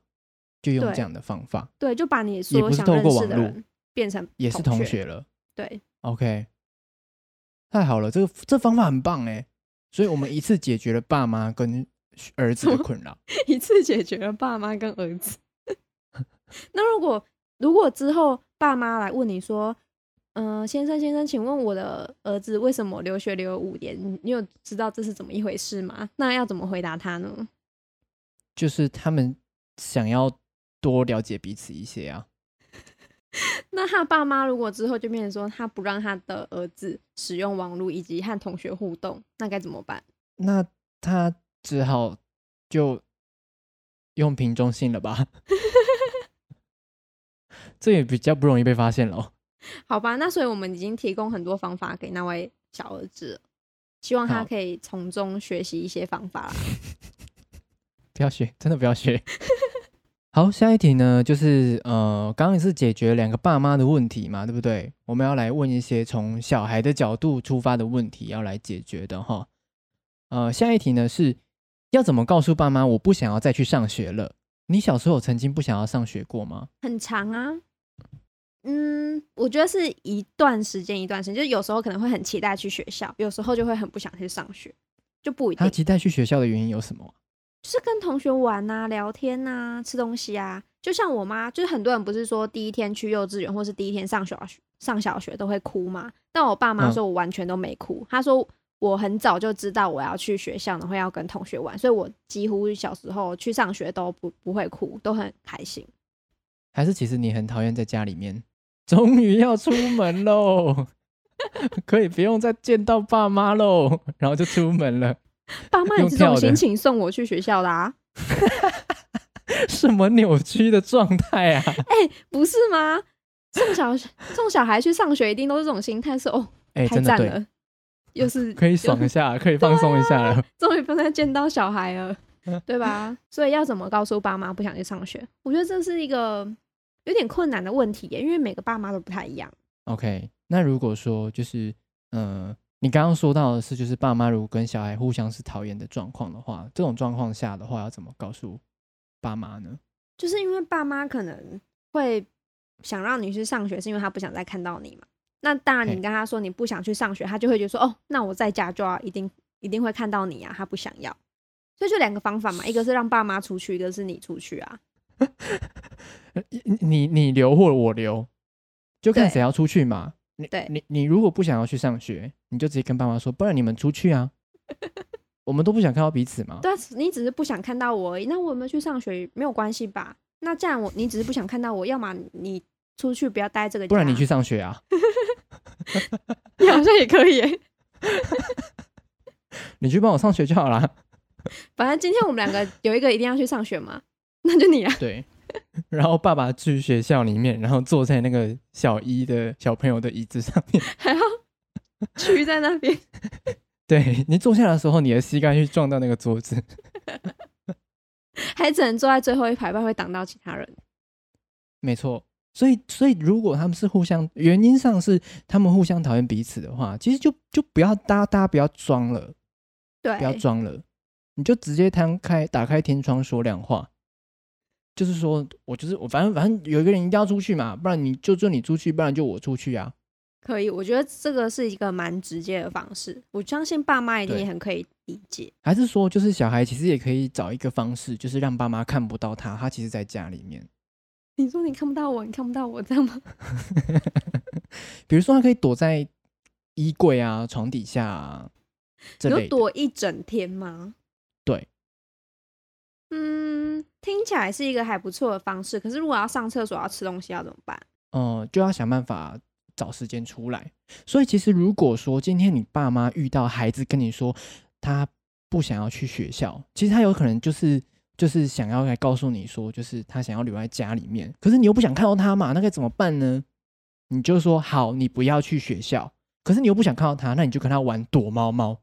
Speaker 1: 就用
Speaker 2: 对
Speaker 1: 这样的方法，
Speaker 2: 对，就把你
Speaker 1: 也
Speaker 2: 所
Speaker 1: 不是
Speaker 2: 想
Speaker 1: 透
Speaker 2: 认
Speaker 1: 过
Speaker 2: 识
Speaker 1: 网
Speaker 2: 的
Speaker 1: 络
Speaker 2: 人变成
Speaker 1: 也是同学了。
Speaker 2: 对，
Speaker 1: OK，太好了，这个这方法很棒哎，所以我们一次解决了爸妈跟儿子的 困扰。
Speaker 2: 一次解决了爸妈跟儿子。 那如果如果之后爸妈来问你说，嗯、先生先生，请问我的儿子为什么留学留了五年？你你有知道这是怎么一回事吗？那要怎么回答他呢？
Speaker 1: 就是他们想要多了解彼此一些啊。
Speaker 2: 那他爸妈如果之后就变成说他不让他的儿子使用网络以及和同学互动，那该怎么办？
Speaker 1: 那他只好就用瓶中信了吧， 这也比较不容易被发现喽。
Speaker 2: 好吧，那所以我们已经提供很多方法给那位小儿子了，希望他
Speaker 1: 好
Speaker 2: 可以从中学习一些方法啦。
Speaker 1: 不要学，真的不要学。 好，下一题呢，就是呃，刚刚也是解决两个爸妈的问题嘛，对不对？我们要来问一些从小孩的角度出发的问题，要来解决的哈。呃，下一题呢是要怎么告诉爸妈我不想要再去上学了？你小时候曾经不想要上学过吗？
Speaker 2: 很长啊，嗯，我觉得是一段时间一段时间，就是有时候可能会很期待去学校，有时候就会很不想去上学，就不一定
Speaker 1: 他。期待去学校的原因有什么？
Speaker 2: 就是跟同学玩啊、聊天啊、吃东西啊。就像我妈，就是很多人不是说第一天去幼稚园或是第一天上小学上小学都会哭嘛？但我爸妈
Speaker 1: 嗯
Speaker 2: 说我完全都没哭，他说我很早就知道我要去学校，然后要跟同学玩，所以我几乎小时候去上学都不不会哭，都很开心。
Speaker 1: 还是其实你很讨厌在家里面？终于要出门喽， 可以不用再见到爸妈喽，然后就出门了。
Speaker 2: 爸妈也是这
Speaker 1: 用跳
Speaker 2: 种
Speaker 1: 的
Speaker 2: 心情送我去学校的啊，
Speaker 1: 什么扭曲的状态啊！
Speaker 2: 不是吗？ 送小送小孩去上学一定都是这种心态，是哦，
Speaker 1: 哎、
Speaker 2: 太
Speaker 1: 真的
Speaker 2: 赞
Speaker 1: 对，
Speaker 2: 了，又 是
Speaker 1: 可以爽一欸 下，可以放松一下了。
Speaker 2: 终于不能见到小孩 了，对吧？所以要怎么告诉爸妈不想去上学？我觉得这是一个有点困难的问题耶，因为每个爸妈都不太一样。
Speaker 1: OK，那如果说就是，嗯，你刚刚说到的是，就是爸妈如果跟小孩互相是讨厌的状况的话，这种状况下的话，要怎么告诉爸妈呢？
Speaker 2: 就是因为爸妈可能会想让你去上学，是因为他不想再看到你嘛。那当然，你
Speaker 1: 嘿
Speaker 2: 跟他说你不想去上学，他就会觉得说，哦，那我在家就要一定一定会看到你啊，他不想要。所以就两个方法嘛，一个是让爸妈出去，一个是你出去啊。
Speaker 1: 呃你你你留或我留，就看
Speaker 2: 对
Speaker 1: 谁要出去嘛。你
Speaker 2: 对
Speaker 1: 你你如果不想要去上学，你就直接跟爸妈说，不然你们出去啊，我们都不想看到彼此嘛。
Speaker 2: 对啊，你只是不想看到我而已。那我有没有去上学没有关系吧？那这样我你只是不想看到我，要么你出去不要待这个家，
Speaker 1: 不然你去，上学啊，
Speaker 2: 你 好像也可以耶。
Speaker 1: 你去帮我上学就好啦。
Speaker 2: 反正今天我们两个有一个一定要去上学嘛，那就你啊。
Speaker 1: 对， 然后爸爸去学校里面，然后坐在那个小一的小朋友的椅子上面。
Speaker 2: 还要屈在那边。
Speaker 1: 对你坐下的时候，你的膝盖去撞到那个桌子。
Speaker 2: 还只能坐在最后一排，不然会挡到其他人。
Speaker 1: 没错。所以，所以如果他们是互相原因上是他们互相讨厌彼此的话，其实就就不要大家大家不要装了，
Speaker 2: 对
Speaker 1: 不，要装了，你就直接摊开打开天窗说亮话，就是说我就是我，反正反正有一个人一定要出去嘛，不然你就就你出去，不然就我出去啊。
Speaker 2: 可以。我觉得这个是一个蛮直接的方式，我相信爸妈一定
Speaker 1: 对
Speaker 2: 也很可以理解。
Speaker 1: 还是说，就是小孩其实也可以找一个方式，就是让爸妈看不到他，他其实在家里面。
Speaker 2: 你说你看不到我，你看不到我，这样吗？
Speaker 1: 比如说，他可以躲在衣柜啊、床底下啊这
Speaker 2: 你
Speaker 1: 类的。
Speaker 2: 就躲一整天吗？
Speaker 1: 对，
Speaker 2: 嗯，听起来是一个还不错的方式。可是如果要上厕所、要吃东西要怎么办？
Speaker 1: 嗯，就要想办法找时间出来。所以，其实如果说今天你爸妈遇到孩子跟你说他不想要去学校，其实他有可能就是就是想要来告诉你说，就是他想要留在家里面，可是你又不想看到他嘛，那该怎么办呢？你就说好，你不要去学校，可是你又不想看到他，那你就跟他玩躲猫猫。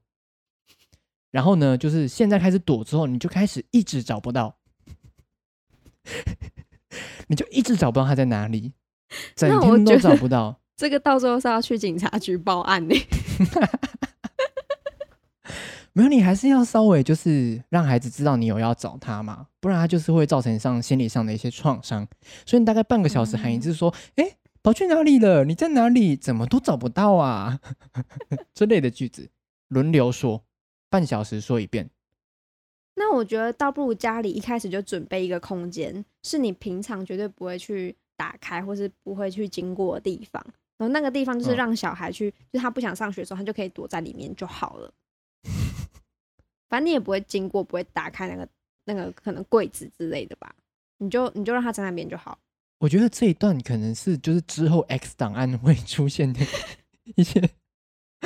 Speaker 1: 然后呢，就是现在开始躲之后，你就开始一直找不到， 你就一直找不到他在哪里，整
Speaker 2: 那我
Speaker 1: 天都
Speaker 2: 觉得
Speaker 1: 找不到。
Speaker 2: 这个到时候是要去警察局报案呢、
Speaker 1: 没有，你还是要稍微就是让孩子知道你有要找他嘛，不然他就是会造成上心理上的一些创伤。所以你大概半个小时喊一
Speaker 2: 嗯
Speaker 1: 次说：“哎、跑去哪里了？你在哪里？怎么都找不到啊？” 之类的句子轮流说，半小时说一遍。
Speaker 2: 那我觉得倒不如家里一开始就准备一个空间，是你平常绝对不会去打开或是不会去经过的地方。然后那个地方就是
Speaker 1: 嗯
Speaker 2: 让小孩去，就是他不想上学的时候，他就可以躲在里面就 好了。反正你也不会经过，不会打开那个那个可能柜子之类的吧，你就你就让他在那边就好。
Speaker 1: 我觉得这一段可能是就是之后 X 档案会出现的 一些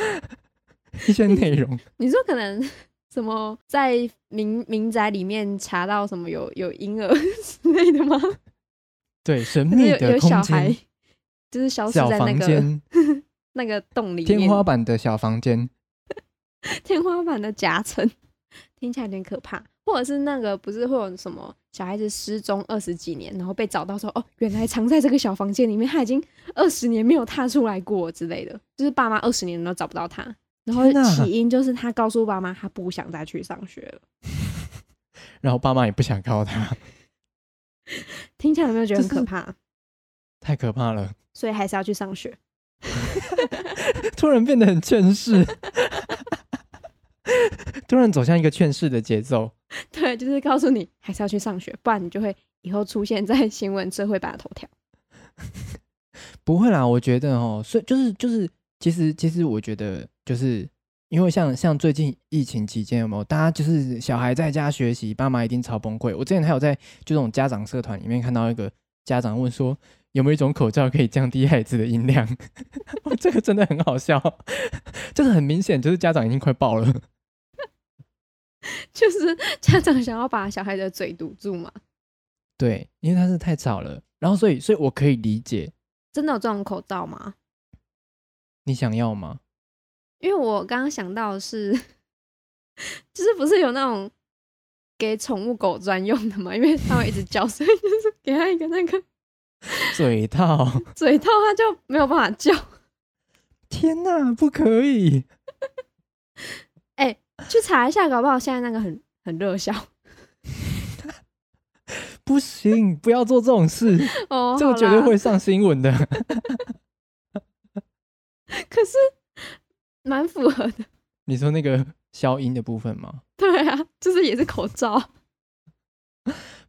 Speaker 1: 一些内容。
Speaker 2: 你说可能什么在民民宅里面查到什么有有婴儿 之类的吗？
Speaker 1: 对，神
Speaker 2: 就是
Speaker 1: 秘
Speaker 2: 有
Speaker 1: 的
Speaker 2: 有小
Speaker 1: 空
Speaker 2: 孩
Speaker 1: 间、
Speaker 2: 就是消失
Speaker 1: 小
Speaker 2: 在那
Speaker 1: 房
Speaker 2: 个
Speaker 1: 间、
Speaker 2: 那个洞里面，
Speaker 1: 天花板的小房间。
Speaker 2: 天花板的夹层，听起来有点可怕。或者是那个不是会有什么小孩子失踪二十几年，然后被找到说哦，原来藏在这个小房间里面，他已经二十年没有踏出来过之类的，就是爸妈二十年都找不到他。然后
Speaker 1: 天哪
Speaker 2: 起因就是他告诉爸妈他不想再去上学了，
Speaker 1: 然后爸妈也不想告他，
Speaker 2: 听起来有没有觉得很
Speaker 1: 这是
Speaker 2: 可怕？
Speaker 1: 太可怕了，
Speaker 2: 所以还是要去上学。
Speaker 1: 突然变得很劝世， 突然走向一个劝世的节奏。
Speaker 2: 对，就是告诉你还是要去上学，不然你就会以后出现在新闻社会版的头条。
Speaker 1: 不会啦，我觉得哦，所以就是就是，其实其实我觉得就是。因为像像最近疫情期间有没有，大家就是小孩在家学习，爸妈一定超崩溃。我之前还有在就这种家长社团里面看到一个家长问说，有没有一种口罩可以降低孩子的音量？ 我这个真的很好笑， 就是很明显就是家长已经快爆了。
Speaker 2: 就是家长想要把小孩的嘴堵住嘛，
Speaker 1: 对，因为它是太吵了，然后所以所以我可以理解
Speaker 2: 真的有这种口罩吗？
Speaker 1: 你想要 吗？
Speaker 2: 因为我刚刚想到的是， 就是不是有那种给宠物狗专用的嘛？因为它会一直叫，所以就是给它一个那个
Speaker 1: 嘴 套，
Speaker 2: 嘴套，它就没有办法叫。
Speaker 1: 天哪，不可以！
Speaker 2: 去查一下，搞不好现在那个很很热销
Speaker 1: 不行，不要做这种事，
Speaker 2: 哦。
Speaker 1: 这个
Speaker 2: 好
Speaker 1: 绝对
Speaker 2: 啦
Speaker 1: 会。上新闻的。
Speaker 2: 可是蛮符合的，
Speaker 1: 你说那个消音的部分吗？
Speaker 2: 对啊，就是也是口罩。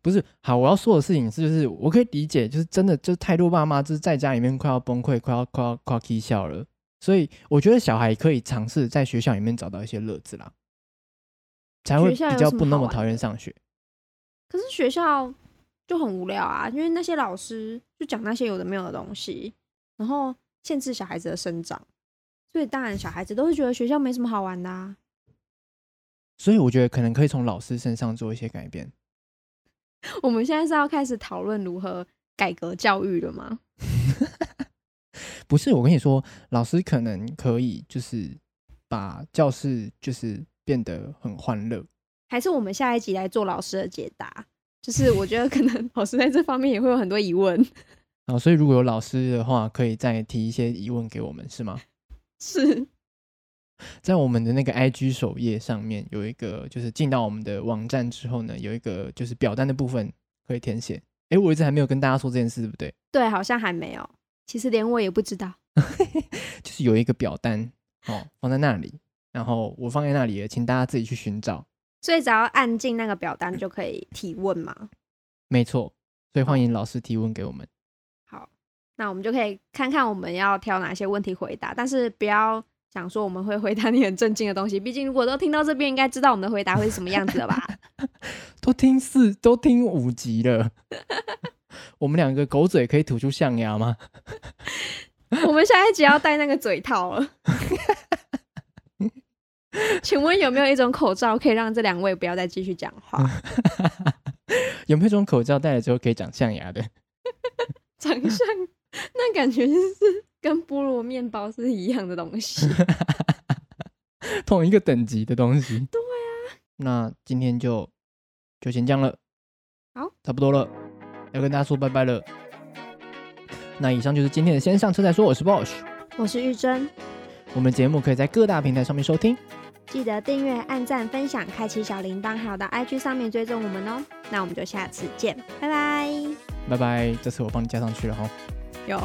Speaker 1: 不是，好，我要说的事情是，就是我可以理解，就是真的，就是太多爸妈就是在家里面快要崩溃，快要快要快要气笑了。所以我觉得小孩可以尝试在学校里面找到一些乐子啦，才会
Speaker 2: 学校有
Speaker 1: 比较
Speaker 2: 什么
Speaker 1: 不那
Speaker 2: 好
Speaker 1: 么
Speaker 2: 玩
Speaker 1: 讨厌
Speaker 2: 的
Speaker 1: 上学。
Speaker 2: 可是学校就很无聊啊，因为那些老师就讲那些有的没有的东西，然后限制小孩子的生长，所以当然小孩子都会觉得学校没什么好玩的啊。
Speaker 1: 所以我觉得可能可以从老师身上做一些改变。
Speaker 2: 我们现在是要开始讨论如何改革教育了吗？
Speaker 1: 不是，我跟你说，老师可能可以就是把教室就是变得很欢乐。
Speaker 2: 还是我们下一集来做老师的解答？就是我觉得可能 老师在这方面也会有很多疑问。
Speaker 1: 啊，所以如果有老师的话，可以再提一些疑问给我们，是吗？
Speaker 2: 是，
Speaker 1: 在我们的那个 IG 首页上面有一个，就是进到我们的网站之后呢，有一个就是表单的部分可以填写。诶，我一直还没有跟大家说这件事，对不对？
Speaker 2: 对，好像还没有。其实连我也不知道。
Speaker 1: 就是有一个表单哦，放在那里，然后我放在那里了，请大家自己去寻找。
Speaker 2: 所以只要按进那个表单就可以提问嘛。
Speaker 1: 没错，所以欢迎老师提问给我们。
Speaker 2: 好，那我们就可以看看我们要挑哪些问题回答，但是不要想说我们会回答你很震惊的东西，毕竟如果都听到这边，应该知道我们的回答会是什么样子了吧？
Speaker 1: 都听四，都听五集了， 我们两个狗嘴可以吐出象牙吗？
Speaker 2: 我们下一集要戴那个嘴套了。 请问有没有一种口罩可以让这两位不要再继续讲话？
Speaker 1: 有没有一种口罩戴了之后可以长象牙的？
Speaker 2: 长相那感觉就是跟菠萝面包是一样的东西。
Speaker 1: 同一个等级的东西。对啊。那今天就就先这样了。
Speaker 2: 好，
Speaker 1: 差不多了，要跟大家说拜拜了。那以上就是今天的先上车再说，我是 Bosch。
Speaker 2: 我是玉珍，
Speaker 1: 我们的节目可以在各大平台上面收听。
Speaker 2: 记得订阅、按赞、分享、开启小铃铛，还有到 IG 上面追踪我们哦。那我们就下次见，拜拜。
Speaker 1: 拜拜，这次我帮你加上去了哈。
Speaker 2: 有。